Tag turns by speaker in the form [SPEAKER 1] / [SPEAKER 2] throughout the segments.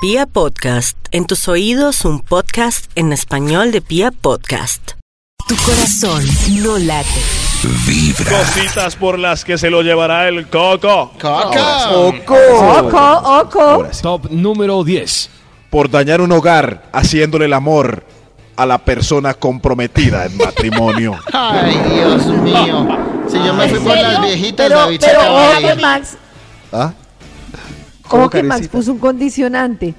[SPEAKER 1] Pia Podcast, en tus oídos un podcast en español de Pia Podcast.
[SPEAKER 2] Tu corazón no late.
[SPEAKER 3] Cositas por las que se lo llevará el coco.
[SPEAKER 4] Top número 10.
[SPEAKER 5] por dañar un hogar haciéndole el amor a la persona comprometida en matrimonio.
[SPEAKER 6] Ay, Dios mío. Si yo me fui por las viejitas,
[SPEAKER 7] pero,
[SPEAKER 6] David se
[SPEAKER 7] pero
[SPEAKER 6] acaba
[SPEAKER 7] ojo pues,
[SPEAKER 6] de
[SPEAKER 7] que
[SPEAKER 6] ir.
[SPEAKER 7] Max,
[SPEAKER 5] ¿Ah?
[SPEAKER 7] ojo que Max puso un condicionante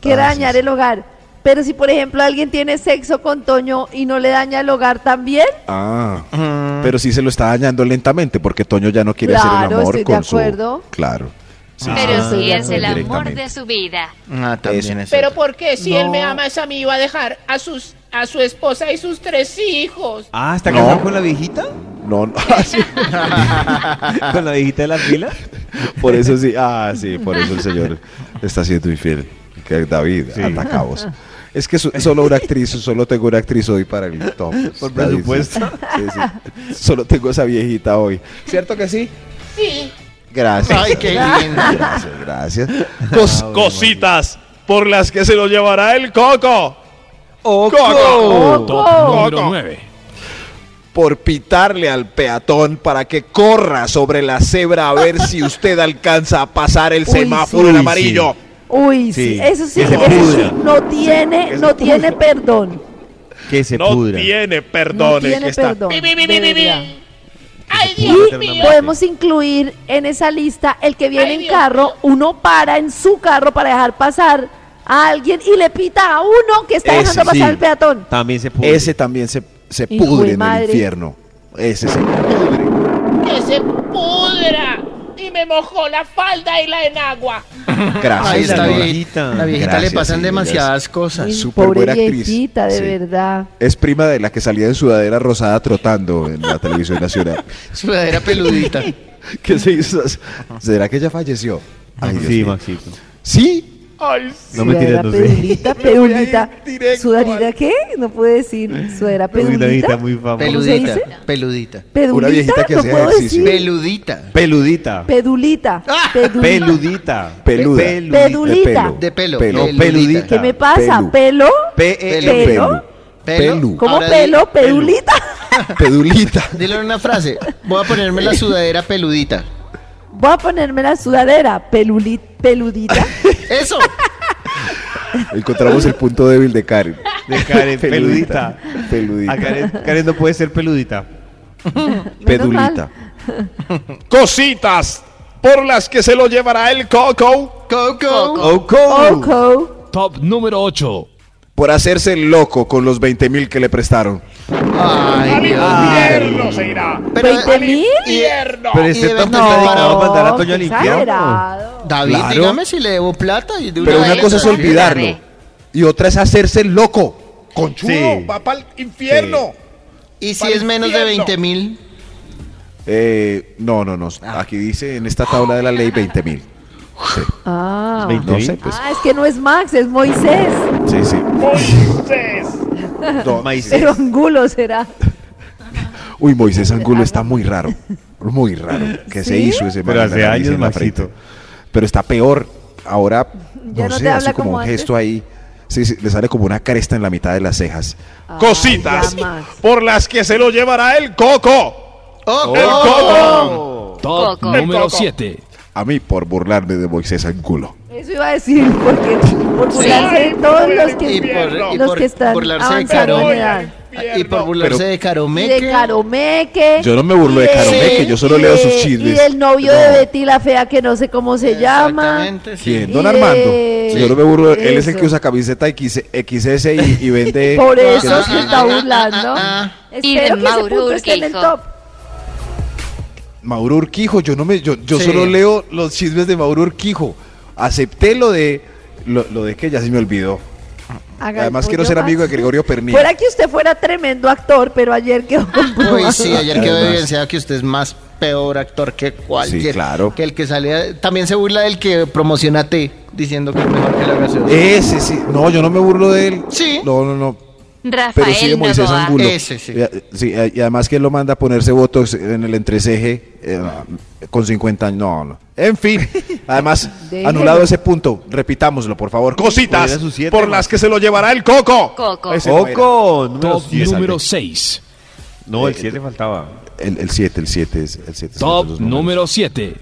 [SPEAKER 7] que era
[SPEAKER 5] Ah, sí,
[SPEAKER 7] dañar
[SPEAKER 5] sí.
[SPEAKER 7] el hogar. Pero si por ejemplo alguien tiene sexo con Toño y no le daña el hogar también,
[SPEAKER 5] Ah, pero sí se lo está dañando lentamente porque Toño ya no quiere hacer
[SPEAKER 7] Claro,
[SPEAKER 5] el amor
[SPEAKER 7] estoy de
[SPEAKER 5] con su-
[SPEAKER 7] acuerdo.
[SPEAKER 5] Claro. Sí,
[SPEAKER 8] Pero
[SPEAKER 7] Ah,
[SPEAKER 8] si
[SPEAKER 7] ya
[SPEAKER 8] es
[SPEAKER 7] sé,
[SPEAKER 8] el amor
[SPEAKER 5] directamente.
[SPEAKER 8] de su vida.
[SPEAKER 6] Ah, también es
[SPEAKER 9] Pero
[SPEAKER 6] cierto.
[SPEAKER 9] ¿por qué? Si él me
[SPEAKER 7] No.
[SPEAKER 9] ama es a mí, iba a dejar a sus a su esposa y sus tres hijos.
[SPEAKER 10] Ah, ¿está
[SPEAKER 5] No.
[SPEAKER 10] casado con la viejita?
[SPEAKER 5] No, no, ah, sí,
[SPEAKER 10] ¿Con la viejita de la fila?
[SPEAKER 5] por eso sí, ah, sí, por eso el señor está siendo infiel. Que David, atacabos. Es que su- solo una actriz, solo tengo una actriz hoy para el top.
[SPEAKER 10] Por
[SPEAKER 5] David, sí.
[SPEAKER 10] presupuesto.
[SPEAKER 5] Sí, sí. Solo tengo esa viejita hoy. ¿Cierto que sí?
[SPEAKER 9] Sí.
[SPEAKER 5] Gracias.
[SPEAKER 6] Ay, qué lindo.
[SPEAKER 5] Gracias, gracias.
[SPEAKER 3] Cos- cositas por las que se lo llevará el coco.
[SPEAKER 10] ¡Oco!
[SPEAKER 4] Top número 9.
[SPEAKER 5] por pitarle al peatón para que corra sobre la cebra a ver si usted alcanza a pasar el
[SPEAKER 7] Uy,
[SPEAKER 5] semáforo
[SPEAKER 7] sí.
[SPEAKER 5] en amarillo.
[SPEAKER 7] uy, sí,
[SPEAKER 10] Sí,
[SPEAKER 7] eso sí,
[SPEAKER 10] que se
[SPEAKER 7] eso sí,
[SPEAKER 10] pudra.
[SPEAKER 7] no tiene, no tiene perdón.
[SPEAKER 10] Que se
[SPEAKER 3] No
[SPEAKER 10] pudra.
[SPEAKER 3] tiene perdón
[SPEAKER 7] No
[SPEAKER 3] el que
[SPEAKER 7] tiene
[SPEAKER 3] está.
[SPEAKER 7] perdón.
[SPEAKER 9] Bi, bi, bi, bi,
[SPEAKER 7] de
[SPEAKER 9] bi, bi.
[SPEAKER 7] verdad.
[SPEAKER 9] Ay,
[SPEAKER 7] Y
[SPEAKER 9] Dios mío.
[SPEAKER 7] podemos incluir en esa lista el que viene
[SPEAKER 9] Ay,
[SPEAKER 7] en
[SPEAKER 9] Dios
[SPEAKER 7] carro,
[SPEAKER 9] mío.
[SPEAKER 7] uno para en su carro para dejar pasar a alguien y le pita a uno que está
[SPEAKER 5] Ese
[SPEAKER 7] dejando pasar
[SPEAKER 10] sí.
[SPEAKER 7] al peatón.
[SPEAKER 10] También se pudra.
[SPEAKER 5] Ese también se, se
[SPEAKER 7] Hijo de
[SPEAKER 5] pudre en el
[SPEAKER 7] madre.
[SPEAKER 5] infierno. Ese se pudre.
[SPEAKER 9] Que se pudra. Y me mojó la falda y la enagua.
[SPEAKER 5] Gracias.
[SPEAKER 6] Ahí está
[SPEAKER 10] la
[SPEAKER 5] señora.
[SPEAKER 10] viejita.
[SPEAKER 6] bien. La viejita
[SPEAKER 5] Gracias,
[SPEAKER 6] le pasan
[SPEAKER 5] sí,
[SPEAKER 6] demasiadas cosas.
[SPEAKER 7] Uy,
[SPEAKER 5] súper
[SPEAKER 7] pobre
[SPEAKER 5] buena actriz.
[SPEAKER 7] viejita, de
[SPEAKER 5] Sí.
[SPEAKER 7] verdad.
[SPEAKER 5] Es prima de la que salía en sudadera rosada trotando en la televisión nacional.
[SPEAKER 6] Sudadera peludita.
[SPEAKER 5] ¿Qué se hizo? ¿Será que ella falleció? Ay, Dios
[SPEAKER 10] Ah, sí,
[SPEAKER 5] mío.
[SPEAKER 10] Maxito.
[SPEAKER 5] Sí.
[SPEAKER 9] Ay, sí.
[SPEAKER 10] No me tires,
[SPEAKER 7] Sudadera
[SPEAKER 10] no
[SPEAKER 5] voy a
[SPEAKER 7] Pedulita,
[SPEAKER 10] sé.
[SPEAKER 5] ir
[SPEAKER 7] pedulita.
[SPEAKER 5] directo
[SPEAKER 7] ¿Sudadera
[SPEAKER 5] al- Eh,
[SPEAKER 7] qué? No puedo decir. Sudadera
[SPEAKER 10] Uy, Una viejita
[SPEAKER 7] pedulita.
[SPEAKER 10] muy famosa.
[SPEAKER 6] Peludita.
[SPEAKER 7] dice?
[SPEAKER 6] Peludita.
[SPEAKER 7] Pedulita,
[SPEAKER 5] Una viejita que
[SPEAKER 7] no
[SPEAKER 5] hacía
[SPEAKER 7] puedo
[SPEAKER 5] ejercicio.
[SPEAKER 7] decir.
[SPEAKER 6] Peludita.
[SPEAKER 10] Peludita.
[SPEAKER 7] Pedulita.
[SPEAKER 5] Ah,
[SPEAKER 7] Pedulita.
[SPEAKER 10] Peludita.
[SPEAKER 5] Peluda.
[SPEAKER 7] Peludita.
[SPEAKER 6] De pelo.
[SPEAKER 5] Pelo.
[SPEAKER 6] No,
[SPEAKER 10] Peludita.
[SPEAKER 7] ¿Qué me pasa?
[SPEAKER 5] Pelu.
[SPEAKER 7] ¿Pelo?
[SPEAKER 10] P-E-L-U.
[SPEAKER 7] Pelu.
[SPEAKER 5] eh, Pelu.
[SPEAKER 6] Pelo.
[SPEAKER 5] Pelu.
[SPEAKER 7] ¿Cómo
[SPEAKER 6] Ahora di-
[SPEAKER 7] pelo? ¿Pedulita?
[SPEAKER 5] Pedulita.
[SPEAKER 6] Dile en una frase. Voy a ponerme la sudadera peludita.
[SPEAKER 7] Voy a ponerme la sudadera. Peluli- peludita.
[SPEAKER 6] Eso.
[SPEAKER 5] Encontramos el punto débil de Karen.
[SPEAKER 10] De Karen. Peludita.
[SPEAKER 5] Peludita.
[SPEAKER 10] A Karen, Karen no puede ser peludita.
[SPEAKER 7] Menos mal.
[SPEAKER 5] Pedulita.
[SPEAKER 3] Cositas por las que se lo llevará el coco.
[SPEAKER 6] Coco.
[SPEAKER 10] ¡Oco!
[SPEAKER 7] Oco.
[SPEAKER 4] Top número 8.
[SPEAKER 5] Por hacerse el loco con los 20 mil que le prestaron.
[SPEAKER 6] Ay, Dios.
[SPEAKER 3] Invierno se irá.
[SPEAKER 5] eh,
[SPEAKER 7] ¿Veinte mil?
[SPEAKER 3] Invierno.
[SPEAKER 10] Pero
[SPEAKER 6] Y
[SPEAKER 10] este
[SPEAKER 6] de
[SPEAKER 10] top
[SPEAKER 6] verdad,
[SPEAKER 10] está
[SPEAKER 5] Ah,
[SPEAKER 10] dedicado
[SPEAKER 6] no,
[SPEAKER 10] a mandar a
[SPEAKER 7] qué
[SPEAKER 10] Toño al infierno.
[SPEAKER 7] exagerado.
[SPEAKER 6] David,
[SPEAKER 5] Claro.
[SPEAKER 6] dígame si le debo plata. Y de
[SPEAKER 5] Pero una
[SPEAKER 6] vez.
[SPEAKER 5] cosa es
[SPEAKER 6] David.
[SPEAKER 5] olvidarlo. Y otra es hacerse el loco.
[SPEAKER 3] Conchudo,
[SPEAKER 10] Sí.
[SPEAKER 3] va para el infierno.
[SPEAKER 6] Y si
[SPEAKER 3] Para
[SPEAKER 6] es menos de
[SPEAKER 3] infierno.
[SPEAKER 6] 20 mil.
[SPEAKER 5] Eh, no, no, no. Aquí dice en esta tabla de la ley 20 mil.
[SPEAKER 7] Ah.
[SPEAKER 5] No
[SPEAKER 10] 20.000.
[SPEAKER 5] sé, pues.
[SPEAKER 7] Ah, es que no es Max, es Moisés.
[SPEAKER 5] Sí, sí.
[SPEAKER 3] Moisés.
[SPEAKER 5] No.
[SPEAKER 10] Maicena.
[SPEAKER 7] Pero angulo será.
[SPEAKER 5] Uy, Moisés Angulo está muy raro. Muy raro. Que se
[SPEAKER 7] ¿Sí?
[SPEAKER 5] hizo ese
[SPEAKER 10] Pero
[SPEAKER 5] man
[SPEAKER 10] hace
[SPEAKER 5] en la nariz,
[SPEAKER 10] años,
[SPEAKER 5] en la frente.
[SPEAKER 10] Maxito.
[SPEAKER 5] Pero está peor. Ahora,
[SPEAKER 7] Ya
[SPEAKER 5] no,
[SPEAKER 7] no
[SPEAKER 5] sé,
[SPEAKER 7] te habla
[SPEAKER 5] hace como
[SPEAKER 7] como
[SPEAKER 5] un
[SPEAKER 7] antes.
[SPEAKER 5] gesto ahí. Sí, sí, le sale como una cresta en la mitad de las cejas.
[SPEAKER 3] Cositas
[SPEAKER 7] ya, Max.
[SPEAKER 3] por las que se lo llevará el coco.
[SPEAKER 5] Oh,
[SPEAKER 6] Oh,
[SPEAKER 3] El coco.
[SPEAKER 4] Top
[SPEAKER 8] Coco.
[SPEAKER 4] número
[SPEAKER 3] Coco.
[SPEAKER 4] 7.
[SPEAKER 5] A mí por burlarme de Moisés Angulo.
[SPEAKER 7] Eso iba a decir, porque por burlarse de
[SPEAKER 3] Ay,
[SPEAKER 7] todos
[SPEAKER 3] por
[SPEAKER 7] los
[SPEAKER 3] el
[SPEAKER 7] que,
[SPEAKER 6] Y por, y
[SPEAKER 7] los
[SPEAKER 6] por
[SPEAKER 7] que están
[SPEAKER 6] burlarse de
[SPEAKER 7] avanzando
[SPEAKER 3] Pero
[SPEAKER 7] en
[SPEAKER 3] voy
[SPEAKER 6] Carol.
[SPEAKER 7] edad.
[SPEAKER 6] Y
[SPEAKER 3] al
[SPEAKER 6] por
[SPEAKER 3] infierno.
[SPEAKER 6] burlarse de
[SPEAKER 7] Y
[SPEAKER 6] Caromeque.
[SPEAKER 7] de Caromeque.
[SPEAKER 5] Yo no me burlo de
[SPEAKER 7] y
[SPEAKER 5] Caromeque, yo solo
[SPEAKER 7] y
[SPEAKER 5] leo
[SPEAKER 7] de-
[SPEAKER 5] sus chismes.
[SPEAKER 7] Y del novio
[SPEAKER 5] No.
[SPEAKER 7] de Betty la fea, que no sé cómo se llama.
[SPEAKER 6] Exactamente, sí.
[SPEAKER 5] ¿Quién? Don
[SPEAKER 7] Y-
[SPEAKER 5] Armando.
[SPEAKER 7] Sí.
[SPEAKER 5] Yo no me burlo. Él es el
[SPEAKER 7] Eso.
[SPEAKER 5] que usa camiseta XS, XS y, y vende.
[SPEAKER 7] Por
[SPEAKER 5] que
[SPEAKER 7] eso
[SPEAKER 5] no
[SPEAKER 7] se
[SPEAKER 5] sé-
[SPEAKER 7] está burlando.
[SPEAKER 6] Ah, ah,
[SPEAKER 8] Y
[SPEAKER 7] Espero
[SPEAKER 8] de
[SPEAKER 7] que ese
[SPEAKER 8] Mauro
[SPEAKER 7] punto esté en el
[SPEAKER 8] Urquijo.
[SPEAKER 7] top.
[SPEAKER 5] Mauro Urquijo, yo no me, yo, yo
[SPEAKER 6] Sí.
[SPEAKER 5] solo leo los chismes de Mauro Urquijo. Acepté lo de lo, lo de que ya se me olvidó.
[SPEAKER 7] Haga
[SPEAKER 5] Además,
[SPEAKER 7] el
[SPEAKER 5] quiero
[SPEAKER 7] pollo
[SPEAKER 5] ser amigo de
[SPEAKER 7] más.
[SPEAKER 5] Gregorio Pernilla.
[SPEAKER 7] Fuera que usted fuera tremendo actor, pero ayer quedó
[SPEAKER 6] Uy, sí, ayer quedó
[SPEAKER 5] Además.
[SPEAKER 6] evidenciado que usted es más peor actor que cualquier.
[SPEAKER 5] Sí, claro.
[SPEAKER 6] Que el que sale. También se burla del que promociona
[SPEAKER 5] Eh.
[SPEAKER 6] té, diciendo que es mejor que la gaseosa.
[SPEAKER 5] Ese sí. No, yo no me burlo de él.
[SPEAKER 6] Sí.
[SPEAKER 5] No, no, no. Pero sí de
[SPEAKER 8] Rafael
[SPEAKER 5] Moisés
[SPEAKER 8] Novoa.
[SPEAKER 5] Angulo.
[SPEAKER 6] Ese, sí.
[SPEAKER 5] Y, a- sí, a- y además que él lo manda a ponerse botox en el entreceje eh, no, con 50 años. No, no. En fin, además,
[SPEAKER 7] Déjelo.
[SPEAKER 5] anulado ese punto. Repitámoslo, por favor. Cositas
[SPEAKER 10] Hubiera sus siete,
[SPEAKER 5] por
[SPEAKER 10] ¿no?
[SPEAKER 5] las que se lo llevará el coco.
[SPEAKER 8] Coco.
[SPEAKER 5] Ese no era.
[SPEAKER 10] Coco, número
[SPEAKER 4] Top
[SPEAKER 10] 10.
[SPEAKER 4] número
[SPEAKER 10] Alex.
[SPEAKER 4] 6.
[SPEAKER 10] No, el 7 faltaba.
[SPEAKER 5] El 7, el 7 es el 7.
[SPEAKER 4] Top número 7.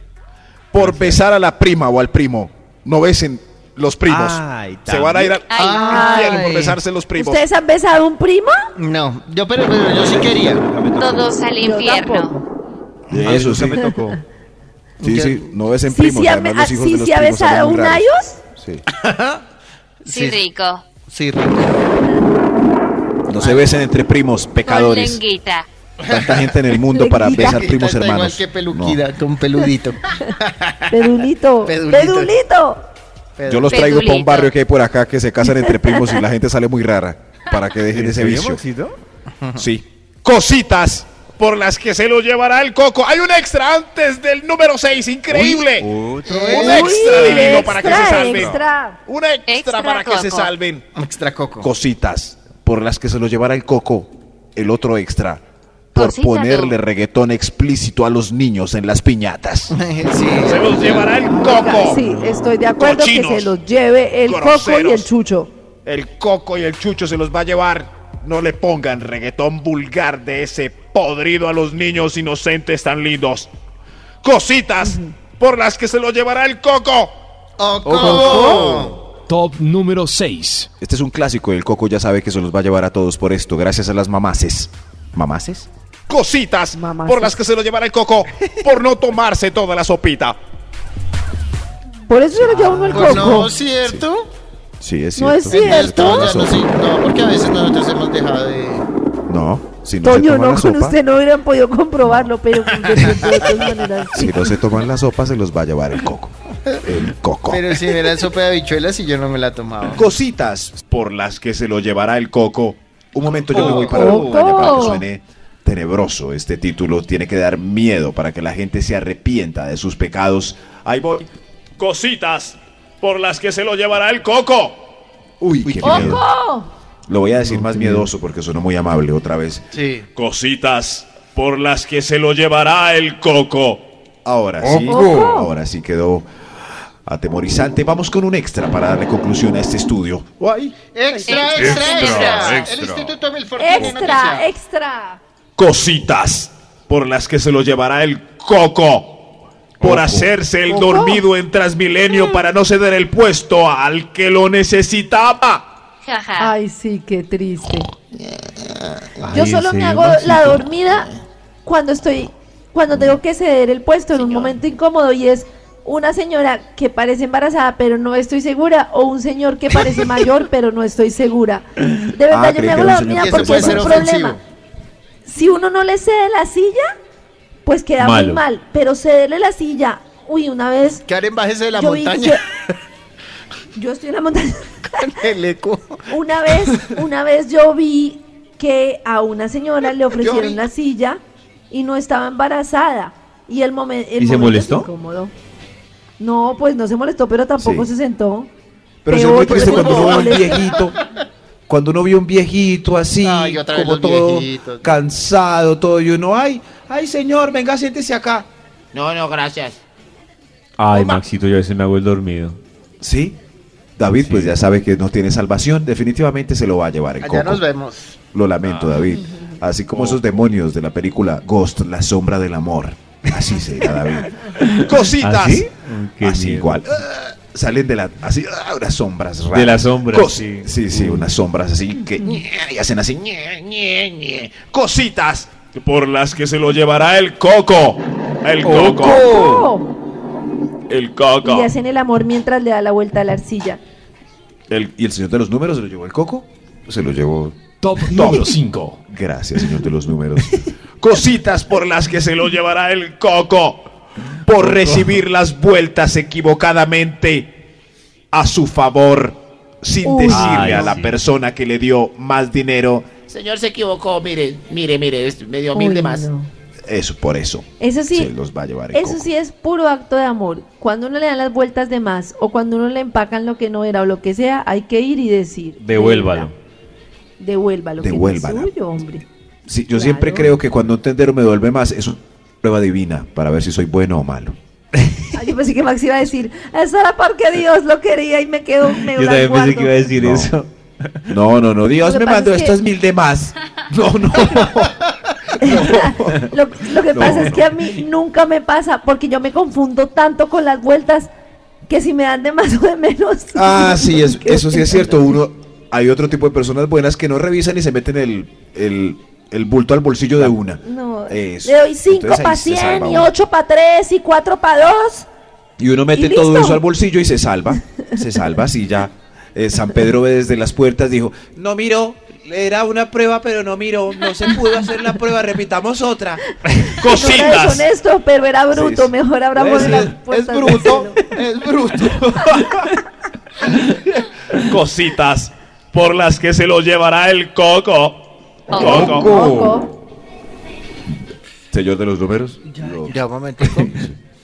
[SPEAKER 5] Por besar a la prima o al primo. No besen los primos.
[SPEAKER 10] Ay,
[SPEAKER 5] se van a ir al
[SPEAKER 8] Ay,
[SPEAKER 5] al infierno por
[SPEAKER 6] Ay.
[SPEAKER 5] besarse los primos.
[SPEAKER 7] ¿Ustedes han besado a un primo?
[SPEAKER 6] No, yo pero, pero yo sí quería.
[SPEAKER 8] Todos al
[SPEAKER 7] Yo
[SPEAKER 8] infierno.
[SPEAKER 7] tampoco.
[SPEAKER 5] Eso sí.
[SPEAKER 10] Ah, me tocó.
[SPEAKER 5] Sí, sí, no besen
[SPEAKER 7] Sí,
[SPEAKER 5] primos.
[SPEAKER 7] sí, ha-
[SPEAKER 5] además los
[SPEAKER 7] ah,
[SPEAKER 5] hijos
[SPEAKER 7] sí,
[SPEAKER 5] de los
[SPEAKER 7] sí ha
[SPEAKER 5] primos son
[SPEAKER 7] besado a
[SPEAKER 5] muy
[SPEAKER 7] un
[SPEAKER 5] raros.
[SPEAKER 7] ayos.
[SPEAKER 5] Sí.
[SPEAKER 8] Sí, rico.
[SPEAKER 6] Sí, rico.
[SPEAKER 5] No se besen entre primos,
[SPEAKER 8] Con
[SPEAKER 5] pecadores.
[SPEAKER 8] lenguita.
[SPEAKER 5] Tanta gente en el mundo para
[SPEAKER 7] Lenguita.
[SPEAKER 5] besar primos
[SPEAKER 6] Está igual
[SPEAKER 5] hermanos.
[SPEAKER 6] que
[SPEAKER 5] No.
[SPEAKER 6] peluquida, con peludito.
[SPEAKER 7] Pedulito.
[SPEAKER 6] Pedulito.
[SPEAKER 7] Pedulito.
[SPEAKER 6] Pedro.
[SPEAKER 5] Yo los traigo para un
[SPEAKER 8] Pedulito.
[SPEAKER 5] barrio que hay por acá que se casan entre primos y la gente sale muy rara para que dejen ese vicio. Sí.
[SPEAKER 3] Cositas por las que se lo llevará el coco. Hay un extra antes del número 6,
[SPEAKER 10] Eh.
[SPEAKER 3] increíble. un extra
[SPEAKER 7] Uy,
[SPEAKER 3] divino para que se
[SPEAKER 7] extra,
[SPEAKER 3] salven.
[SPEAKER 7] extra.
[SPEAKER 3] Un extra,
[SPEAKER 8] Extra
[SPEAKER 3] para que se
[SPEAKER 8] coco.
[SPEAKER 3] salven.
[SPEAKER 6] Extra coco.
[SPEAKER 5] Cositas por las que se lo llevará el coco, el otro extra. Por
[SPEAKER 8] Cosita,
[SPEAKER 5] ponerle
[SPEAKER 8] no.
[SPEAKER 5] reggaetón explícito a los niños en las piñatas.
[SPEAKER 6] sí.
[SPEAKER 3] Se los llevará el coco.
[SPEAKER 7] Sí, estoy de acuerdo que
[SPEAKER 3] Cochinos.
[SPEAKER 7] se los lleve el coco y el
[SPEAKER 3] Groseros.
[SPEAKER 7] chucho.
[SPEAKER 3] El coco y el chucho se los va a llevar. No le pongan reggaetón vulgar de ese podrido a los niños inocentes tan lindos. Cositas por las que se lo llevará el coco.
[SPEAKER 6] Oh,
[SPEAKER 4] Top número 6.
[SPEAKER 5] Este es un clásico, el coco ya sabe que se los va a llevar a todos por esto, gracias a las mamaces. ¿Mamaces?
[SPEAKER 3] Cositas
[SPEAKER 7] Mamá,
[SPEAKER 3] por
[SPEAKER 7] sí.
[SPEAKER 3] las que se lo llevará el coco por no tomarse toda la sopita.
[SPEAKER 7] Por eso se lo lleva uno el
[SPEAKER 6] Pues
[SPEAKER 7] coco.
[SPEAKER 6] no, ¿cierto?
[SPEAKER 5] Sí, es
[SPEAKER 7] No
[SPEAKER 5] cierto.
[SPEAKER 7] es ¿Cierto?
[SPEAKER 6] Ya no, sí, no, porque a veces nosotros hemos dejado de...
[SPEAKER 5] No, si no se
[SPEAKER 7] Toño,
[SPEAKER 5] toman
[SPEAKER 7] no,
[SPEAKER 5] la
[SPEAKER 7] con
[SPEAKER 5] sopa,
[SPEAKER 7] usted no hubieran podido comprobarlo, pero con de todas maneras.
[SPEAKER 5] Si no se toman la sopa, se los va a llevar el coco. El coco.
[SPEAKER 6] Pero si era sopa de habichuelas y yo no me la tomaba.
[SPEAKER 5] Cositas por las que se lo llevará el coco. Un momento, yo me voy para
[SPEAKER 7] Coco.
[SPEAKER 5] la campaña para que suene tenebroso. Este título tiene que dar miedo para que la gente se arrepienta de sus pecados. Ahí voy.
[SPEAKER 3] Cositas por las que se lo llevará el coco.
[SPEAKER 5] Uy, qué miedo.
[SPEAKER 7] ¡Coco!
[SPEAKER 5] Lo voy a decir más miedoso porque sonó muy amable otra vez.
[SPEAKER 6] Sí.
[SPEAKER 3] Cositas por las que se lo llevará el coco.
[SPEAKER 5] Ahora sí, ahora sí quedó atemorizante. Vamos con un extra para darle conclusión a este estudio.
[SPEAKER 3] Guay.
[SPEAKER 6] Extra, extra, extra. El Instituto Milfortino
[SPEAKER 7] Extra,
[SPEAKER 6] Noticia.
[SPEAKER 7] extra.
[SPEAKER 3] Cositas por las que se lo llevará el coco. Por hacerse el dormido en Transmilenio para no ceder el puesto al que lo necesitaba.
[SPEAKER 6] Ah.
[SPEAKER 8] Jaja.
[SPEAKER 7] Ay, sí, qué triste. Yo solo me hago la dormida cuando estoy, cuando tengo que ceder el puesto en un momento incómodo y es una señora que parece embarazada pero no estoy segura o un señor que parece mayor pero no estoy segura. De verdad yo
[SPEAKER 5] creí
[SPEAKER 7] me
[SPEAKER 5] que
[SPEAKER 7] hago
[SPEAKER 5] era
[SPEAKER 7] la
[SPEAKER 5] un señor
[SPEAKER 7] dormida
[SPEAKER 6] que
[SPEAKER 7] porque
[SPEAKER 6] puede
[SPEAKER 7] es un
[SPEAKER 6] ser
[SPEAKER 7] problema.
[SPEAKER 6] ofensivo.
[SPEAKER 7] Si uno no le cede la silla, pues queda
[SPEAKER 4] Malo.
[SPEAKER 7] muy mal, pero cederle la silla, uy, una vez
[SPEAKER 6] Karen, bájese de la
[SPEAKER 7] yo vi
[SPEAKER 6] montaña.
[SPEAKER 7] que- yo estoy en la montaña.
[SPEAKER 6] El eco.
[SPEAKER 7] Una vez, una vez yo vi que a una señora le
[SPEAKER 6] Yo vi.
[SPEAKER 7] ofrecieron la silla y no estaba embarazada. Y el, momen- el momento.
[SPEAKER 10] ¿Y se molestó?
[SPEAKER 7] es incómodo. No, pues no se molestó, pero tampoco
[SPEAKER 5] Sí.
[SPEAKER 7] se sentó.
[SPEAKER 5] Pero eso es
[SPEAKER 7] Peor,
[SPEAKER 5] muy triste
[SPEAKER 7] porque
[SPEAKER 5] cuando uno ve a un
[SPEAKER 7] molesta.
[SPEAKER 5] viejito. Cuando uno ve a un viejito así,
[SPEAKER 6] Ay, otra vez
[SPEAKER 5] como
[SPEAKER 6] los
[SPEAKER 5] todo
[SPEAKER 6] viejitos.
[SPEAKER 5] cansado, todo, y uno, ay, ay señor, venga, siéntese acá.
[SPEAKER 9] No, no, gracias.
[SPEAKER 10] Ay, Maxito, yo a veces me hago el dormido.
[SPEAKER 5] Sí, David, pues ya sabe que no tiene salvación, definitivamente se lo va a llevar el
[SPEAKER 6] Allá
[SPEAKER 5] coco.
[SPEAKER 6] nos vemos.
[SPEAKER 5] Lo
[SPEAKER 3] Ah.
[SPEAKER 5] lamento, David. Así como esos demonios de la película Ghost, la sombra del amor. Así será, David.
[SPEAKER 3] Cositas
[SPEAKER 10] ¿Así? Qué
[SPEAKER 5] así
[SPEAKER 10] miedo.
[SPEAKER 5] igual. Ah, salen de la. Así, ah, unas sombras raras.
[SPEAKER 10] De las sombras,
[SPEAKER 5] Cos-
[SPEAKER 10] sí.
[SPEAKER 5] Sí, sí, unas sombras así que. ñe, Y hacen así. ñe, ñe, ñe. Cositas.
[SPEAKER 3] por las que se lo llevará el coco. El coco.
[SPEAKER 7] Oh,
[SPEAKER 3] El
[SPEAKER 7] y
[SPEAKER 3] coco.
[SPEAKER 7] le hacen el amor mientras le da la vuelta a la arcilla.
[SPEAKER 5] El- ¿Y el señor de los números se lo llevó el coco? Se lo llevó.
[SPEAKER 4] Top número 5.
[SPEAKER 5] Gracias, señor de los números.
[SPEAKER 3] Cositas por las que se lo llevará el coco. Por recibir las vueltas equivocadamente a su favor. Sin
[SPEAKER 7] Uy.
[SPEAKER 3] decirle
[SPEAKER 10] Ay,
[SPEAKER 3] a la
[SPEAKER 10] sí.
[SPEAKER 3] persona que le dio más dinero.
[SPEAKER 9] Señor se equivocó, mire, mire, mire, es- me dio mil
[SPEAKER 7] Uy,
[SPEAKER 9] de más.
[SPEAKER 7] no.
[SPEAKER 5] Eso, por eso.
[SPEAKER 7] Eso sí,
[SPEAKER 5] Se los va a llevar el
[SPEAKER 7] Eso
[SPEAKER 5] coco.
[SPEAKER 7] sí es puro acto de amor. Cuando uno le dan las vueltas de más o cuando uno le empacan lo que no era o lo que sea, hay que ir y decir.
[SPEAKER 10] Devuélvalo.
[SPEAKER 7] "Mira, Devuelva lo que no es
[SPEAKER 5] Devuélvala.
[SPEAKER 7] suyo, hombre.
[SPEAKER 5] Sí, yo siempre
[SPEAKER 7] Claro.
[SPEAKER 5] creo que cuando un tendero me devuelve más es una prueba divina para ver si soy bueno o malo.
[SPEAKER 7] Ah, yo pensé que Max iba a decir, es era porque Dios lo quería y me quedo, me
[SPEAKER 10] Yo
[SPEAKER 7] las
[SPEAKER 10] también pensé que iba a
[SPEAKER 7] guardo".
[SPEAKER 10] decir
[SPEAKER 5] No.
[SPEAKER 10] eso.
[SPEAKER 5] No, no, no. Dios
[SPEAKER 7] Lo que
[SPEAKER 5] me
[SPEAKER 7] pasa
[SPEAKER 5] mandó
[SPEAKER 7] es que-
[SPEAKER 5] estas mil de más. No, no.
[SPEAKER 7] lo, lo que pasa es que a mí nunca me pasa porque yo me confundo tanto con las vueltas que si me dan de más o de menos.
[SPEAKER 5] Ah, sí, es-
[SPEAKER 7] Creo
[SPEAKER 5] eso sí
[SPEAKER 7] que-
[SPEAKER 5] es cierto. Uno, hay otro tipo de personas buenas que no revisan y se meten el, el, el bulto al bolsillo de una.
[SPEAKER 7] No,
[SPEAKER 5] Eso.
[SPEAKER 7] le doy 5
[SPEAKER 5] Entonces ahí
[SPEAKER 7] para
[SPEAKER 5] se
[SPEAKER 7] 100
[SPEAKER 5] salva
[SPEAKER 7] y
[SPEAKER 5] uno.
[SPEAKER 7] 8 para 3 y 4 para 2.
[SPEAKER 5] Y uno mete
[SPEAKER 7] y
[SPEAKER 5] todo
[SPEAKER 7] listo.
[SPEAKER 5] eso al bolsillo y se salva. Se salva, sí, ya. Eh, San Pedro ve desde las puertas, dijo, no miró, era una prueba, pero no miró, no se pudo hacer la prueba, repitamos otra.
[SPEAKER 7] No era deshonesto, pero era bruto.
[SPEAKER 5] sí.
[SPEAKER 7] Mejor abramos
[SPEAKER 5] Es-
[SPEAKER 7] las
[SPEAKER 5] es
[SPEAKER 7] puertas del cielo.
[SPEAKER 5] es bruto.
[SPEAKER 3] Cositas por las que se lo llevará el coco.
[SPEAKER 8] Coco.
[SPEAKER 7] Ojo.
[SPEAKER 5] Señor de los números.
[SPEAKER 6] Ya, un momentico.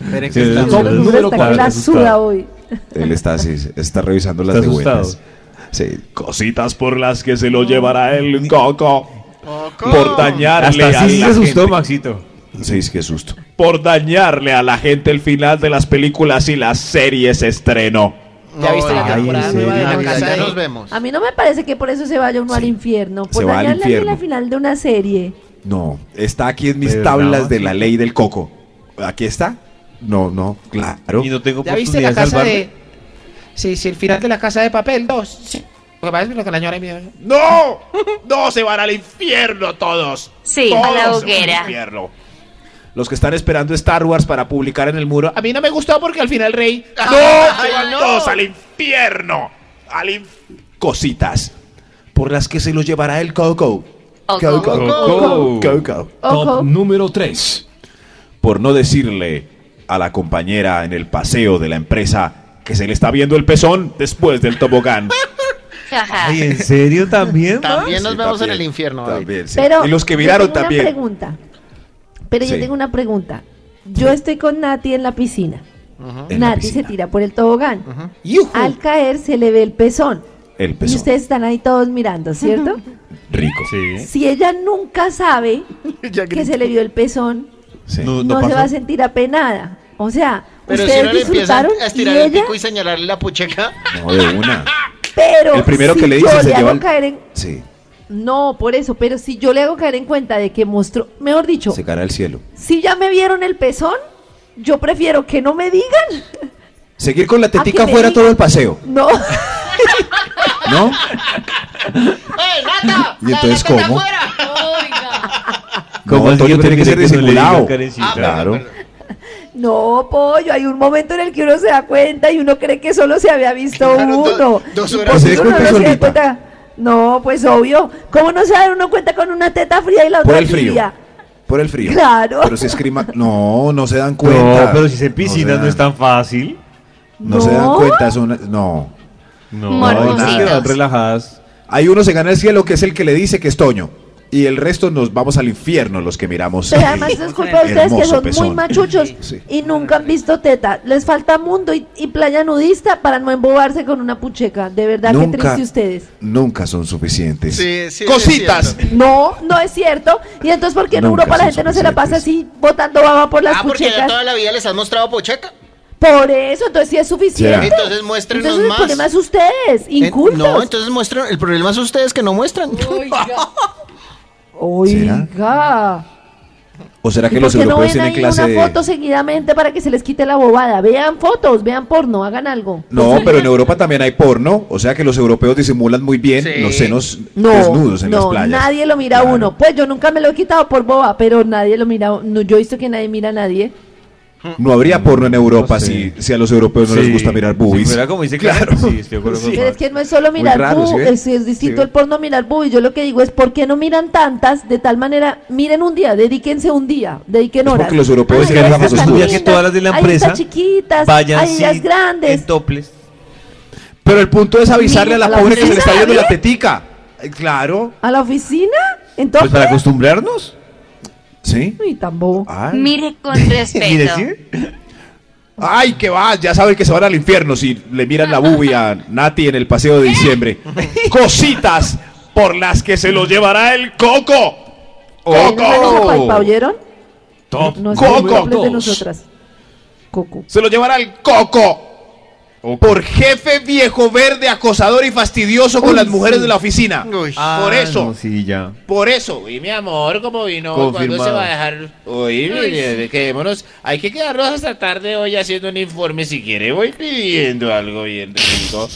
[SPEAKER 6] Espere
[SPEAKER 10] Sí,
[SPEAKER 6] que está-
[SPEAKER 10] no,
[SPEAKER 7] Los
[SPEAKER 10] Número
[SPEAKER 7] números está que
[SPEAKER 10] cuatro,
[SPEAKER 7] la
[SPEAKER 10] asustado.
[SPEAKER 7] suda hoy.
[SPEAKER 5] Él está así, está revisando las
[SPEAKER 10] Está
[SPEAKER 5] de buenas.
[SPEAKER 10] asustado.
[SPEAKER 5] Sí.
[SPEAKER 3] Cositas por las que se lo llevará el coco.
[SPEAKER 6] Coco.
[SPEAKER 3] Por dañarle,
[SPEAKER 10] Hasta
[SPEAKER 3] a
[SPEAKER 10] así se
[SPEAKER 3] la
[SPEAKER 10] asustó
[SPEAKER 3] gente,
[SPEAKER 10] Maxito.
[SPEAKER 5] Sí, qué susto.
[SPEAKER 3] por dañarle a la gente el final de las películas y las series estreno.
[SPEAKER 6] ¿Ya viste la
[SPEAKER 10] temporada nueva
[SPEAKER 6] de la casa? Ya
[SPEAKER 10] de-
[SPEAKER 6] nos vemos.
[SPEAKER 7] A mí no me parece que por eso se vaya uno al infierno. Por
[SPEAKER 5] Se va al
[SPEAKER 7] dañarle a alguien
[SPEAKER 5] infierno.
[SPEAKER 7] la final de una serie.
[SPEAKER 5] No, está aquí en mis
[SPEAKER 10] Pero
[SPEAKER 5] tablas
[SPEAKER 10] nada,
[SPEAKER 5] de
[SPEAKER 10] sí.
[SPEAKER 5] la ley del coco. ¿Aquí está? No, no, claro.
[SPEAKER 10] Y no tengo
[SPEAKER 11] ¿Ya viste la
[SPEAKER 10] oportunidad de
[SPEAKER 11] casa
[SPEAKER 10] salvarme.
[SPEAKER 11] de.? Sí, sí, el final de la casa de papel 2. Sí. Lo que pasa es que la señora ¿eh? mía-
[SPEAKER 3] ¡No! ¡No se van al infierno todos!
[SPEAKER 8] Sí,
[SPEAKER 3] Todos
[SPEAKER 8] a la
[SPEAKER 3] se van al
[SPEAKER 8] hoguera.
[SPEAKER 3] infierno.
[SPEAKER 5] Los que están esperando Star Wars para publicar en el muro.
[SPEAKER 11] A mí no me gustó porque al final rey.
[SPEAKER 3] ¡No! ¡Se van todos al infierno! ¡Al infierno!
[SPEAKER 5] Cositas por las que se los llevará el coco.
[SPEAKER 8] Coco.
[SPEAKER 10] Coco.
[SPEAKER 5] Coco.
[SPEAKER 7] Ojo.
[SPEAKER 4] Top número 3.
[SPEAKER 5] Por no decirle a la compañera en el paseo de la empresa que se le está viendo el pezón después del tobogán.
[SPEAKER 8] Jaja.
[SPEAKER 10] Ay, ¿en serio también?
[SPEAKER 6] También nos
[SPEAKER 5] Sí,
[SPEAKER 6] vemos en
[SPEAKER 5] también,
[SPEAKER 6] el infierno. David.
[SPEAKER 5] también, sí.
[SPEAKER 7] Pero
[SPEAKER 5] y los que
[SPEAKER 7] yo
[SPEAKER 5] miraron
[SPEAKER 7] tengo
[SPEAKER 5] también.
[SPEAKER 7] Una pregunta. Pero yo
[SPEAKER 5] Sí.
[SPEAKER 7] tengo una pregunta. Yo estoy con Nati en la piscina.
[SPEAKER 5] En la
[SPEAKER 7] Nati
[SPEAKER 5] piscina.
[SPEAKER 7] se tira por el tobogán.
[SPEAKER 5] ¡Yujú!
[SPEAKER 7] Al caer se le ve el pezón.
[SPEAKER 5] El
[SPEAKER 7] Y
[SPEAKER 5] pezón.
[SPEAKER 7] ustedes están ahí todos mirando, ¿cierto?
[SPEAKER 5] Rico.
[SPEAKER 10] Sí.
[SPEAKER 7] Si ella nunca sabe que se le vio el pezón,
[SPEAKER 5] Sí.
[SPEAKER 10] No,
[SPEAKER 7] no, se
[SPEAKER 10] pasó.
[SPEAKER 7] va a sentir apenada. O sea,
[SPEAKER 6] Pero si
[SPEAKER 7] ustedes
[SPEAKER 6] no le empiezan
[SPEAKER 7] disfrutaron
[SPEAKER 6] a
[SPEAKER 7] y
[SPEAKER 6] estirar el
[SPEAKER 7] ella,
[SPEAKER 6] pico y señalarle la pucheca.
[SPEAKER 5] No, de una.
[SPEAKER 7] pero
[SPEAKER 5] El primero
[SPEAKER 7] si
[SPEAKER 5] que le
[SPEAKER 7] yo
[SPEAKER 5] dice se
[SPEAKER 7] hago
[SPEAKER 5] lleva. el-
[SPEAKER 7] caer en-
[SPEAKER 5] Sí,
[SPEAKER 7] No, por eso, pero si yo le hago caer en cuenta de que mostró, mejor dicho,
[SPEAKER 5] se caerá al cielo.
[SPEAKER 7] si ya me vieron el pezón, yo prefiero que no me digan.
[SPEAKER 5] Seguir con la tetica
[SPEAKER 7] Ah, que me
[SPEAKER 5] fuera
[SPEAKER 7] digan.
[SPEAKER 5] todo el paseo,
[SPEAKER 7] No,
[SPEAKER 5] ¿no?
[SPEAKER 6] ¡Eh, Nata!
[SPEAKER 5] ¿Y entonces
[SPEAKER 6] La Nata
[SPEAKER 5] cómo?
[SPEAKER 6] está afuera.
[SPEAKER 5] No,
[SPEAKER 10] así
[SPEAKER 5] Antonio
[SPEAKER 10] que
[SPEAKER 5] tiene que ser
[SPEAKER 10] prefiere no le digan,
[SPEAKER 5] disimulado.
[SPEAKER 10] Karencita?
[SPEAKER 6] Ah,
[SPEAKER 5] Claro.
[SPEAKER 7] no, pollo, hay un momento en el que uno se da cuenta y uno cree que solo se había visto
[SPEAKER 6] Claro, do-
[SPEAKER 7] uno.
[SPEAKER 6] dos
[SPEAKER 7] Y
[SPEAKER 6] horas.
[SPEAKER 7] por
[SPEAKER 5] Se
[SPEAKER 7] eso
[SPEAKER 5] dé
[SPEAKER 7] uno
[SPEAKER 5] cuenta
[SPEAKER 7] no se da
[SPEAKER 5] solita.
[SPEAKER 7] cuenta. No, pues obvio. ¿Cómo no se da uno cuenta con una teta fría y la
[SPEAKER 5] Por
[SPEAKER 7] otra
[SPEAKER 5] el frío.
[SPEAKER 7] tibia?
[SPEAKER 5] Por el frío.
[SPEAKER 7] Claro.
[SPEAKER 5] Pero si es clima. No, no se dan cuenta.
[SPEAKER 10] No, pero si se en
[SPEAKER 5] se
[SPEAKER 10] piscina no,
[SPEAKER 5] dan-
[SPEAKER 10] es tan fácil.
[SPEAKER 5] No, se dan
[SPEAKER 7] No.
[SPEAKER 5] cuenta. es una- no.
[SPEAKER 10] No,
[SPEAKER 8] Mormositos.
[SPEAKER 10] nada, quedan relajadas.
[SPEAKER 5] Hay uno se gana el cielo que es el que le dice que es Toño. Y el resto nos vamos al infierno los que miramos.
[SPEAKER 7] Pero
[SPEAKER 5] el
[SPEAKER 7] además es culpa de ustedes que
[SPEAKER 5] hermoso
[SPEAKER 7] son muy
[SPEAKER 5] pezón.
[SPEAKER 7] machuchos
[SPEAKER 5] Sí.
[SPEAKER 7] y nunca han visto teta. Les falta mundo y, y playa nudista para no embobarse con una pucheca. De verdad, qué
[SPEAKER 5] Nunca,
[SPEAKER 7] triste ustedes.
[SPEAKER 5] nunca son suficientes.
[SPEAKER 6] Sí, sí,
[SPEAKER 3] Cositas.
[SPEAKER 6] sí, es cierto.
[SPEAKER 7] No, no es cierto. Y entonces, ¿por qué en
[SPEAKER 5] Nunca
[SPEAKER 7] Europa la
[SPEAKER 5] son
[SPEAKER 7] gente no se la pasa así
[SPEAKER 5] suficientes.
[SPEAKER 7] botando baba por las
[SPEAKER 6] Ah, porque ya
[SPEAKER 7] puchecas?
[SPEAKER 6] toda la vida les has mostrado pocheca.
[SPEAKER 7] Por eso, entonces sí es suficiente.
[SPEAKER 5] Ya.
[SPEAKER 6] Entonces muéstrenos
[SPEAKER 7] Entonces,
[SPEAKER 6] más.
[SPEAKER 7] el problema es ustedes,
[SPEAKER 6] En-
[SPEAKER 7] incultos.
[SPEAKER 6] No, entonces muestran. El problema es ustedes que no muestran.
[SPEAKER 7] Oiga.
[SPEAKER 5] ¿O será que
[SPEAKER 7] ¿Y
[SPEAKER 5] los
[SPEAKER 7] por qué no
[SPEAKER 5] europeos
[SPEAKER 7] ven
[SPEAKER 5] tienen
[SPEAKER 7] ahí
[SPEAKER 5] clase
[SPEAKER 7] una
[SPEAKER 5] de.?
[SPEAKER 7] foto seguidamente para que se les quite la bobada? Vean fotos, vean porno, hagan algo.
[SPEAKER 5] No, pero en Europa también hay porno, o sea que los europeos disimulan muy bien
[SPEAKER 6] Sí.
[SPEAKER 5] los senos
[SPEAKER 7] No,
[SPEAKER 5] desnudos en
[SPEAKER 7] no,
[SPEAKER 5] las playas.
[SPEAKER 7] nadie lo mira a
[SPEAKER 5] Claro.
[SPEAKER 7] uno. Pues yo nunca me lo he quitado por boba, pero nadie lo mira. No, yo he visto que nadie mira a nadie.
[SPEAKER 5] No habría porno en Europa
[SPEAKER 10] No sé.
[SPEAKER 5] si, si a los europeos no les
[SPEAKER 10] Sí.
[SPEAKER 5] gusta mirar
[SPEAKER 10] Si
[SPEAKER 5] boobies.
[SPEAKER 10] fuera como dice claro. Sí, estoy de acuerdo con
[SPEAKER 7] Pero es
[SPEAKER 10] Max.
[SPEAKER 7] que no es solo
[SPEAKER 5] Muy
[SPEAKER 7] mirar
[SPEAKER 5] raro,
[SPEAKER 7] bu-
[SPEAKER 5] ¿sí ve?
[SPEAKER 7] es, es distinto
[SPEAKER 5] ¿Sí ve?
[SPEAKER 7] el porno a mirar bu, y Yo lo que digo es, ¿por qué no miran tantas? De tal manera, miren un día, dedíquense un día, dediquen
[SPEAKER 5] Es
[SPEAKER 7] horas.
[SPEAKER 5] porque los europeos
[SPEAKER 7] Ay,
[SPEAKER 5] tienen
[SPEAKER 7] ahí
[SPEAKER 5] gafas
[SPEAKER 7] están
[SPEAKER 5] oscuras.
[SPEAKER 7] lindas,
[SPEAKER 10] Ya que todas las de la
[SPEAKER 7] ahí
[SPEAKER 10] empresa
[SPEAKER 7] están chiquitas,
[SPEAKER 10] Vayan
[SPEAKER 7] ahí las
[SPEAKER 10] sí,
[SPEAKER 7] grandes.
[SPEAKER 10] En toples.
[SPEAKER 5] Pero el punto es avisarle a la
[SPEAKER 7] Mira, la
[SPEAKER 5] pobre que se le está
[SPEAKER 7] oficina,
[SPEAKER 5] viendo la
[SPEAKER 7] ¿eh?
[SPEAKER 5] tetica. Eh, Claro.
[SPEAKER 7] ¿A la oficina?
[SPEAKER 10] Pues
[SPEAKER 7] Entonces,
[SPEAKER 10] para acostumbrarnos.
[SPEAKER 5] ¿Sí?
[SPEAKER 7] uy, tan bobo.
[SPEAKER 5] Ay.
[SPEAKER 8] Mire con
[SPEAKER 10] Mire,
[SPEAKER 8] respeto.
[SPEAKER 10] sí.
[SPEAKER 5] Ay, que va, ya saben que se van al infierno si le miran la bubi a Nati en el paseo de diciembre. Cositas
[SPEAKER 3] por las que se lo llevará el coco.
[SPEAKER 7] ¿Ustedes no eran de Paipa,
[SPEAKER 3] ¡Coco!
[SPEAKER 7] ¿oyeron?
[SPEAKER 4] Top
[SPEAKER 7] No son
[SPEAKER 3] Coco.
[SPEAKER 7] cumplidos de nosotras. Coco.
[SPEAKER 3] Se lo llevará el coco. Por jefe viejo verde, acosador y fastidioso con
[SPEAKER 7] Uy,
[SPEAKER 3] las mujeres
[SPEAKER 7] sí.
[SPEAKER 3] de la oficina. por eso,
[SPEAKER 10] Ah, no, sí, ya.
[SPEAKER 3] por eso. Y mi amor, como vino,
[SPEAKER 10] Confirmado.
[SPEAKER 3] dejar? Oye, mire, quedémonos. Hay que quedarnos hasta tarde hoy haciendo un informe si quiere. Voy pidiendo algo bien rico.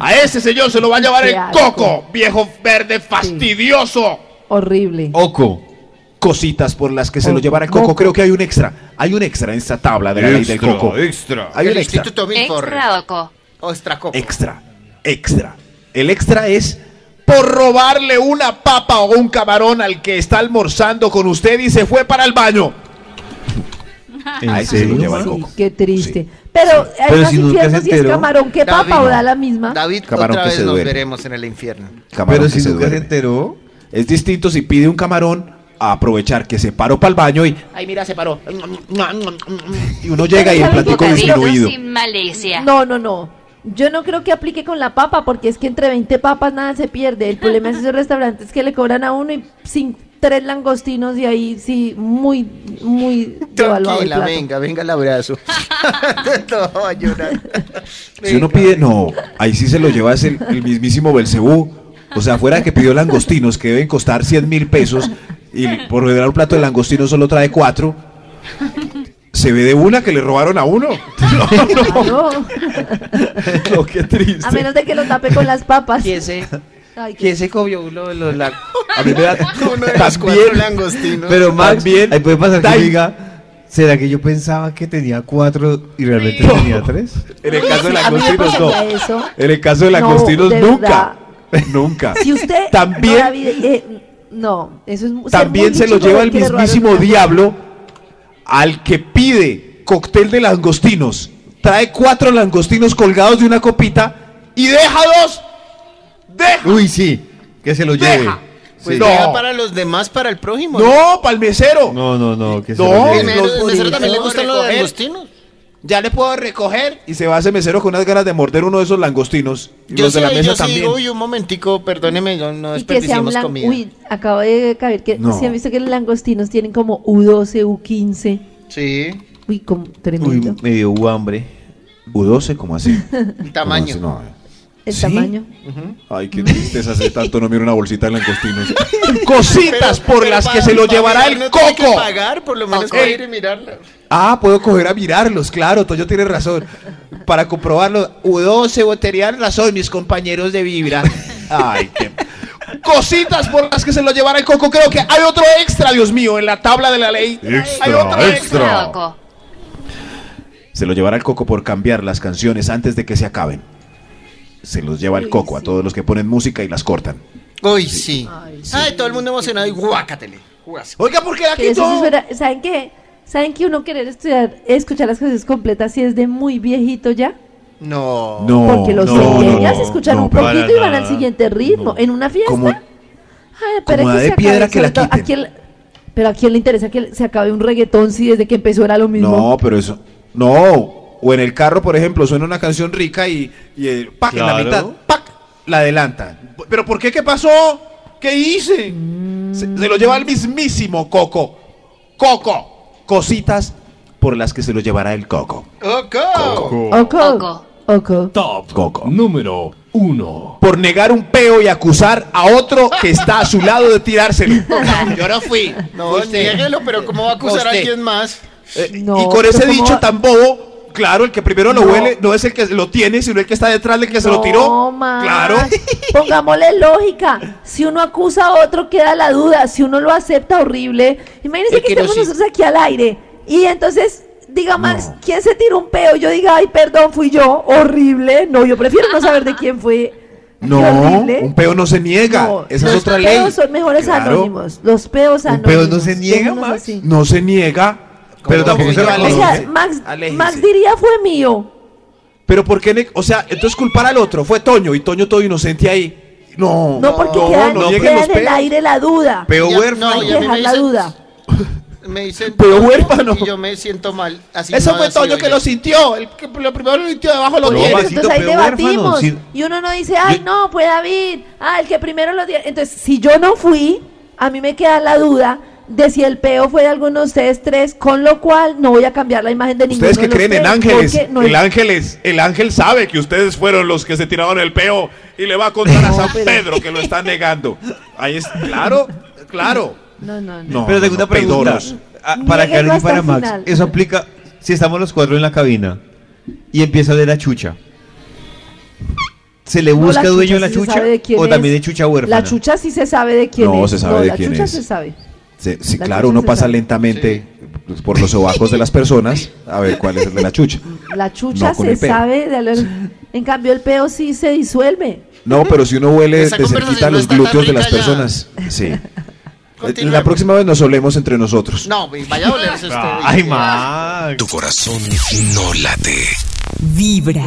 [SPEAKER 3] A ese señor se lo va a llevar
[SPEAKER 7] Qué
[SPEAKER 3] el
[SPEAKER 7] asco.
[SPEAKER 3] coco, viejo verde fastidioso.
[SPEAKER 7] Horrible.
[SPEAKER 10] Oco.
[SPEAKER 3] Cositas por las que se lo
[SPEAKER 7] Oco.
[SPEAKER 3] llevará el coco. Creo que hay un extra. Hay un extra en esta tabla de la ley del coco.
[SPEAKER 10] extra.
[SPEAKER 3] Hay un
[SPEAKER 6] El
[SPEAKER 3] extra.
[SPEAKER 6] Instituto Bill Forrest.
[SPEAKER 8] Extra doco.
[SPEAKER 6] Ostra coco.
[SPEAKER 3] Extra. Extra. El extra es por robarle una papa o un camarón al que está almorzando con usted y se fue para el baño. A ese se lo lleva el
[SPEAKER 7] Sí,
[SPEAKER 3] coco.
[SPEAKER 7] qué triste. Pero hay
[SPEAKER 5] Pero
[SPEAKER 7] más
[SPEAKER 5] si nunca
[SPEAKER 7] infierno
[SPEAKER 5] se
[SPEAKER 7] si es
[SPEAKER 5] enteró.
[SPEAKER 7] camarón que
[SPEAKER 6] David,
[SPEAKER 7] papa o
[SPEAKER 6] no.
[SPEAKER 7] da la misma.
[SPEAKER 6] David,
[SPEAKER 5] Camarón
[SPEAKER 6] otra
[SPEAKER 5] que
[SPEAKER 6] vez
[SPEAKER 5] se
[SPEAKER 6] nos
[SPEAKER 5] duerme.
[SPEAKER 6] veremos en el infierno.
[SPEAKER 5] Camarón
[SPEAKER 10] Pero
[SPEAKER 5] que
[SPEAKER 10] si
[SPEAKER 5] se
[SPEAKER 10] nunca se
[SPEAKER 5] duerme.
[SPEAKER 10] enteró.
[SPEAKER 3] Es distinto si pide un camarón a aprovechar que se paró para el baño y,
[SPEAKER 9] Ay, mira, se paró.
[SPEAKER 3] y uno llega y el
[SPEAKER 7] Pero ¿saben qué
[SPEAKER 3] platico
[SPEAKER 7] pasa?
[SPEAKER 3] disminuido.
[SPEAKER 8] sin malicia.
[SPEAKER 7] No, no, no. Yo no creo que aplique con la papa, porque es que entre 20 papas nada se pierde. El problema es esos restaurantes que le cobran a uno y sin tres langostinos y ahí sí, muy, muy devaluado el
[SPEAKER 6] Tranquila,
[SPEAKER 7] plato.
[SPEAKER 6] venga, venga el abrazo. Todo llorando.
[SPEAKER 5] Si uno pide, no, ahí sí se lo lleva es el, el mismísimo Belcebú. O sea, fuera que pidió langostinos que deben costar 100 mil pesos y por lo general un plato de langostinos solo trae cuatro. Se ve de una que le robaron a uno.
[SPEAKER 7] Claro.
[SPEAKER 5] No, qué triste.
[SPEAKER 7] A menos de que lo tape con las papas.
[SPEAKER 11] ¿Quién se,
[SPEAKER 7] Ay, qué-
[SPEAKER 11] quién se comió uno de los lagos?
[SPEAKER 5] A mí me da
[SPEAKER 6] Uno de los
[SPEAKER 5] también-
[SPEAKER 6] cuatro langostinos.
[SPEAKER 10] Pero más
[SPEAKER 5] También,
[SPEAKER 10] bien. Ahí puede pasar que
[SPEAKER 5] Dai-
[SPEAKER 10] yo diga. ¿Será que yo pensaba que tenía cuatro y realmente
[SPEAKER 5] No.
[SPEAKER 10] tenía tres?
[SPEAKER 5] En el caso de
[SPEAKER 7] a mí me
[SPEAKER 5] langostinos, no.
[SPEAKER 7] pasaría eso.
[SPEAKER 5] En el caso de langostinos,
[SPEAKER 7] de
[SPEAKER 5] nunca.
[SPEAKER 7] verdad.
[SPEAKER 5] Nunca.
[SPEAKER 6] Eh,
[SPEAKER 7] Si usted
[SPEAKER 5] También-
[SPEAKER 7] no, David, eh, no, eso es ser muy
[SPEAKER 5] También se lo
[SPEAKER 7] chico
[SPEAKER 5] lleva
[SPEAKER 7] de
[SPEAKER 5] el
[SPEAKER 7] que le robaron
[SPEAKER 5] mismísimo
[SPEAKER 7] una-
[SPEAKER 5] diablo al que pide cóctel de langostinos. Trae cuatro langostinos colgados de una copita
[SPEAKER 3] Y deja dos. Deja.
[SPEAKER 10] Uy, sí. Que se lo
[SPEAKER 3] Deja.
[SPEAKER 10] lleve.
[SPEAKER 6] Pues
[SPEAKER 10] Sí.
[SPEAKER 3] no.
[SPEAKER 6] deja para los demás, para el prójimo.
[SPEAKER 3] No, pa'l mesero.
[SPEAKER 10] No, no,
[SPEAKER 7] ¿eh?
[SPEAKER 10] no. Que se
[SPEAKER 3] No.
[SPEAKER 10] lo
[SPEAKER 6] El
[SPEAKER 10] lleve.
[SPEAKER 6] mesero,
[SPEAKER 3] los
[SPEAKER 6] el mesero también le
[SPEAKER 3] bolitos,
[SPEAKER 6] gustan los
[SPEAKER 3] recoger.
[SPEAKER 6] langostinos.
[SPEAKER 3] Ya le puedo recoger. Y se va ese mesero con unas ganas de morder uno de esos langostinos. Y
[SPEAKER 6] Yo
[SPEAKER 3] los
[SPEAKER 6] sí,
[SPEAKER 3] de la mesa
[SPEAKER 6] yo sí
[SPEAKER 3] también.
[SPEAKER 6] digo, uy, un momentico, perdóneme, no, no
[SPEAKER 7] Y que sea un
[SPEAKER 6] desperdiciemos
[SPEAKER 7] lang-
[SPEAKER 6] comida.
[SPEAKER 7] Uy, acabo de caer que
[SPEAKER 5] No.
[SPEAKER 7] si han visto que los langostinos tienen como U12, U15.
[SPEAKER 6] Sí,
[SPEAKER 7] Uy, como
[SPEAKER 10] Uy,
[SPEAKER 7] tremendo.
[SPEAKER 10] me dio hambre.
[SPEAKER 5] U12, como así?
[SPEAKER 6] el tamaño.
[SPEAKER 5] ¿Cómo
[SPEAKER 3] eh.
[SPEAKER 5] así?
[SPEAKER 7] el
[SPEAKER 5] ¿sí?
[SPEAKER 7] tamaño.
[SPEAKER 5] No. Ay, qué tristeza hace tanto no miro una bolsita de langostinos.
[SPEAKER 3] Cositas
[SPEAKER 6] Pero-
[SPEAKER 3] por
[SPEAKER 6] pero
[SPEAKER 3] las
[SPEAKER 6] para-
[SPEAKER 3] que se lo
[SPEAKER 6] para
[SPEAKER 3] llevará
[SPEAKER 6] mirar
[SPEAKER 3] el
[SPEAKER 6] no tiene que
[SPEAKER 3] coco.
[SPEAKER 6] pagar, por lo menos
[SPEAKER 8] Ok.
[SPEAKER 6] para ir y mirarla.
[SPEAKER 5] Ah, puedo coger a mirarlos, claro, Toyo tiene razón.
[SPEAKER 3] Para comprobarlo, U12 o tenían razón mis compañeros de Vibra. Ay, qué... Cositas por las que se lo llevará el coco. Creo que hay otro extra, Dios mío, en la tabla de la ley. hay otro
[SPEAKER 8] Extra doco.
[SPEAKER 5] Se lo llevará el coco por cambiar las canciones antes de que se acaben. Se los lleva el
[SPEAKER 7] Uy,
[SPEAKER 5] coco a
[SPEAKER 7] sí.
[SPEAKER 5] todos los que ponen música y las cortan.
[SPEAKER 6] Uy, sí.
[SPEAKER 7] Ay,
[SPEAKER 6] Ay, todo el mundo emocionado y guácatele. guas-
[SPEAKER 3] Oiga, ¿por qué la
[SPEAKER 7] Que eso sí
[SPEAKER 3] quitó?
[SPEAKER 7] suena- ¿Saben qué? ¿Saben que uno querer estudiar, escuchar las canciones completas si es de muy viejito ya?
[SPEAKER 6] No.
[SPEAKER 5] No,
[SPEAKER 7] Porque los
[SPEAKER 5] no, no,
[SPEAKER 7] pequeñas
[SPEAKER 5] no,
[SPEAKER 7] escuchan
[SPEAKER 5] no,
[SPEAKER 7] un
[SPEAKER 5] pero-
[SPEAKER 10] para
[SPEAKER 7] poquito y van al
[SPEAKER 10] nada.
[SPEAKER 7] siguiente ritmo.
[SPEAKER 10] No.
[SPEAKER 7] En una fiesta.
[SPEAKER 5] Como-
[SPEAKER 7] Ay, pero
[SPEAKER 5] como la de
[SPEAKER 7] se acabe,
[SPEAKER 5] piedra que la
[SPEAKER 7] sobre todo, ¿a
[SPEAKER 5] quiten.
[SPEAKER 7] quién le- pero a quién le interesa que se acabe un reggaetón si desde que empezó era lo mismo.
[SPEAKER 5] No, pero eso. No. O en el carro, por ejemplo, suena una canción rica y, y eh, ¡pac! en la
[SPEAKER 10] Claro.
[SPEAKER 5] mitad, ¡pac! la adelanta.
[SPEAKER 3] ¿Pero por qué? ¿Qué pasó? ¿Qué hice? Se, se lo lleva el mismísimo coco. Coco.
[SPEAKER 5] Cositas por las que se lo llevará el coco.
[SPEAKER 6] Coco.
[SPEAKER 7] Oco.
[SPEAKER 8] Oco.
[SPEAKER 7] Oco.
[SPEAKER 4] Top
[SPEAKER 5] Coco.
[SPEAKER 4] número uno.
[SPEAKER 3] Por negar un peo y acusar a otro que está a su lado de tirárselo.
[SPEAKER 8] Total.
[SPEAKER 3] Yo no fui.
[SPEAKER 6] No, niéguelo, pero ¿cómo va a acusar a
[SPEAKER 3] Usted.
[SPEAKER 6] alguien más?
[SPEAKER 3] Eh,
[SPEAKER 7] No,
[SPEAKER 3] y con ese
[SPEAKER 7] pero
[SPEAKER 3] dicho
[SPEAKER 7] ¿cómo va-
[SPEAKER 3] tan bobo, claro, el que primero lo
[SPEAKER 7] No.
[SPEAKER 3] huele no es el que lo tiene, sino el que está detrás del que se lo tiró.
[SPEAKER 7] No, Max.
[SPEAKER 3] Claro.
[SPEAKER 7] Pongámosle lógica. Si uno acusa a otro, queda la duda. Si uno lo acepta, horrible. Imagínense
[SPEAKER 11] Es
[SPEAKER 7] que
[SPEAKER 11] que no,
[SPEAKER 7] estamos
[SPEAKER 11] sí.
[SPEAKER 7] nosotros aquí al aire. Y entonces, diga Max, ¿quién se tiró un peo? Yo diga, ay, perdón, fui yo. Horrible. No, yo prefiero no saber de quién fue. Qué
[SPEAKER 5] No,
[SPEAKER 7] horrible.
[SPEAKER 5] un peo no se niega.
[SPEAKER 7] No,
[SPEAKER 5] Esa es
[SPEAKER 7] los
[SPEAKER 5] otra ley.
[SPEAKER 7] peos son mejores
[SPEAKER 5] Claro.
[SPEAKER 7] anónimos. Los peos
[SPEAKER 10] Un
[SPEAKER 7] anónimos.
[SPEAKER 10] peo Ah, no se niega,
[SPEAKER 7] Déjenos
[SPEAKER 10] Max.
[SPEAKER 7] así.
[SPEAKER 5] No se niega.
[SPEAKER 10] Pero tampoco se
[SPEAKER 3] Yo
[SPEAKER 7] O
[SPEAKER 3] Aléjense,
[SPEAKER 7] sea,
[SPEAKER 10] reconoce.
[SPEAKER 7] Max,
[SPEAKER 3] aléjense.
[SPEAKER 7] Max diría fue mío.
[SPEAKER 5] Pero ¿por qué? ne- O sea, entonces culpar al otro. Fue Toño y Toño todo inocente ahí. No.
[SPEAKER 7] No, porque queda,
[SPEAKER 5] no
[SPEAKER 7] queda
[SPEAKER 5] lleguen los
[SPEAKER 7] en el
[SPEAKER 5] peos.
[SPEAKER 7] aire la duda.
[SPEAKER 5] Peo
[SPEAKER 6] Ya-
[SPEAKER 5] huérfano.
[SPEAKER 6] no,
[SPEAKER 7] Hay que
[SPEAKER 6] ya a mí me
[SPEAKER 7] dejar la
[SPEAKER 6] dicen-
[SPEAKER 7] duda.
[SPEAKER 6] me dicen
[SPEAKER 11] Pero
[SPEAKER 6] Toño
[SPEAKER 11] huérfano.
[SPEAKER 6] Y yo me siento mal. Así
[SPEAKER 11] Eso
[SPEAKER 6] no
[SPEAKER 11] fue
[SPEAKER 6] nació
[SPEAKER 11] Toño que
[SPEAKER 6] yo.
[SPEAKER 11] lo sintió. El que lo primero lo sintió debajo lo
[SPEAKER 5] No,
[SPEAKER 11] tiene.
[SPEAKER 5] Maxito,
[SPEAKER 7] Entonces ahí
[SPEAKER 5] pero huérfano,
[SPEAKER 7] debatimos.
[SPEAKER 5] sí.
[SPEAKER 7] Y uno no dice, ay, no, fue David. Ah, el que primero lo dio. Entonces, si yo no fui, a mí me queda la duda de si el peo fue de alguno de ustedes tres, con lo cual no voy a cambiar la imagen de ninguno
[SPEAKER 3] Ustedes que
[SPEAKER 7] de los
[SPEAKER 3] creen en
[SPEAKER 7] tres,
[SPEAKER 3] ángeles,
[SPEAKER 7] porque no
[SPEAKER 3] el
[SPEAKER 7] es-
[SPEAKER 3] ángeles, el ángel sabe que ustedes fueron los que se tiraron el peo y le va a contar a San Pedro que lo está negando. Ahí es, claro, claro.
[SPEAKER 12] No, no, no.
[SPEAKER 3] No,
[SPEAKER 10] Pero
[SPEAKER 3] no,
[SPEAKER 10] tengo una pregunta.
[SPEAKER 3] no, peidoros.
[SPEAKER 10] ah, para
[SPEAKER 12] Niéguenlo
[SPEAKER 10] Karen y
[SPEAKER 12] hasta
[SPEAKER 10] para
[SPEAKER 12] el
[SPEAKER 10] Max.
[SPEAKER 12] final.
[SPEAKER 10] Eso aplica si estamos los cuatro en la cabina y empieza a oler a chucha. ¿Se le
[SPEAKER 7] No,
[SPEAKER 10] busca
[SPEAKER 7] la
[SPEAKER 10] dueño
[SPEAKER 7] chucha
[SPEAKER 10] de la
[SPEAKER 7] sí se
[SPEAKER 10] chucha
[SPEAKER 7] sabe de quién
[SPEAKER 10] o
[SPEAKER 7] es.
[SPEAKER 10] también de chucha huérfana?
[SPEAKER 7] La chucha sí se sabe de quién es.
[SPEAKER 5] No, se sabe de
[SPEAKER 7] la
[SPEAKER 5] quién
[SPEAKER 7] chucha
[SPEAKER 5] es.
[SPEAKER 7] se sabe.
[SPEAKER 5] Sí, sí,
[SPEAKER 7] La
[SPEAKER 5] claro,
[SPEAKER 7] chucha
[SPEAKER 5] uno
[SPEAKER 7] se
[SPEAKER 5] pasa
[SPEAKER 7] sabe.
[SPEAKER 5] lentamente pues, por los sobacos de las personas a ver cuál es el de la chucha.
[SPEAKER 7] La chucha
[SPEAKER 5] No, con
[SPEAKER 7] se
[SPEAKER 5] el peo.
[SPEAKER 7] sabe. de lo- En cambio, el peo sí se disuelve.
[SPEAKER 5] No, pero si uno huele de
[SPEAKER 7] Esa
[SPEAKER 5] cerquita
[SPEAKER 7] conversación
[SPEAKER 5] los
[SPEAKER 7] está tan
[SPEAKER 5] glúteos de las
[SPEAKER 7] rica ya.
[SPEAKER 5] personas, sí. La próxima vez nos olemos entre nosotros.
[SPEAKER 6] No, pues, vaya a olerse usted.
[SPEAKER 5] Ay, Max.
[SPEAKER 13] Tu corazón no late.
[SPEAKER 2] Vibra.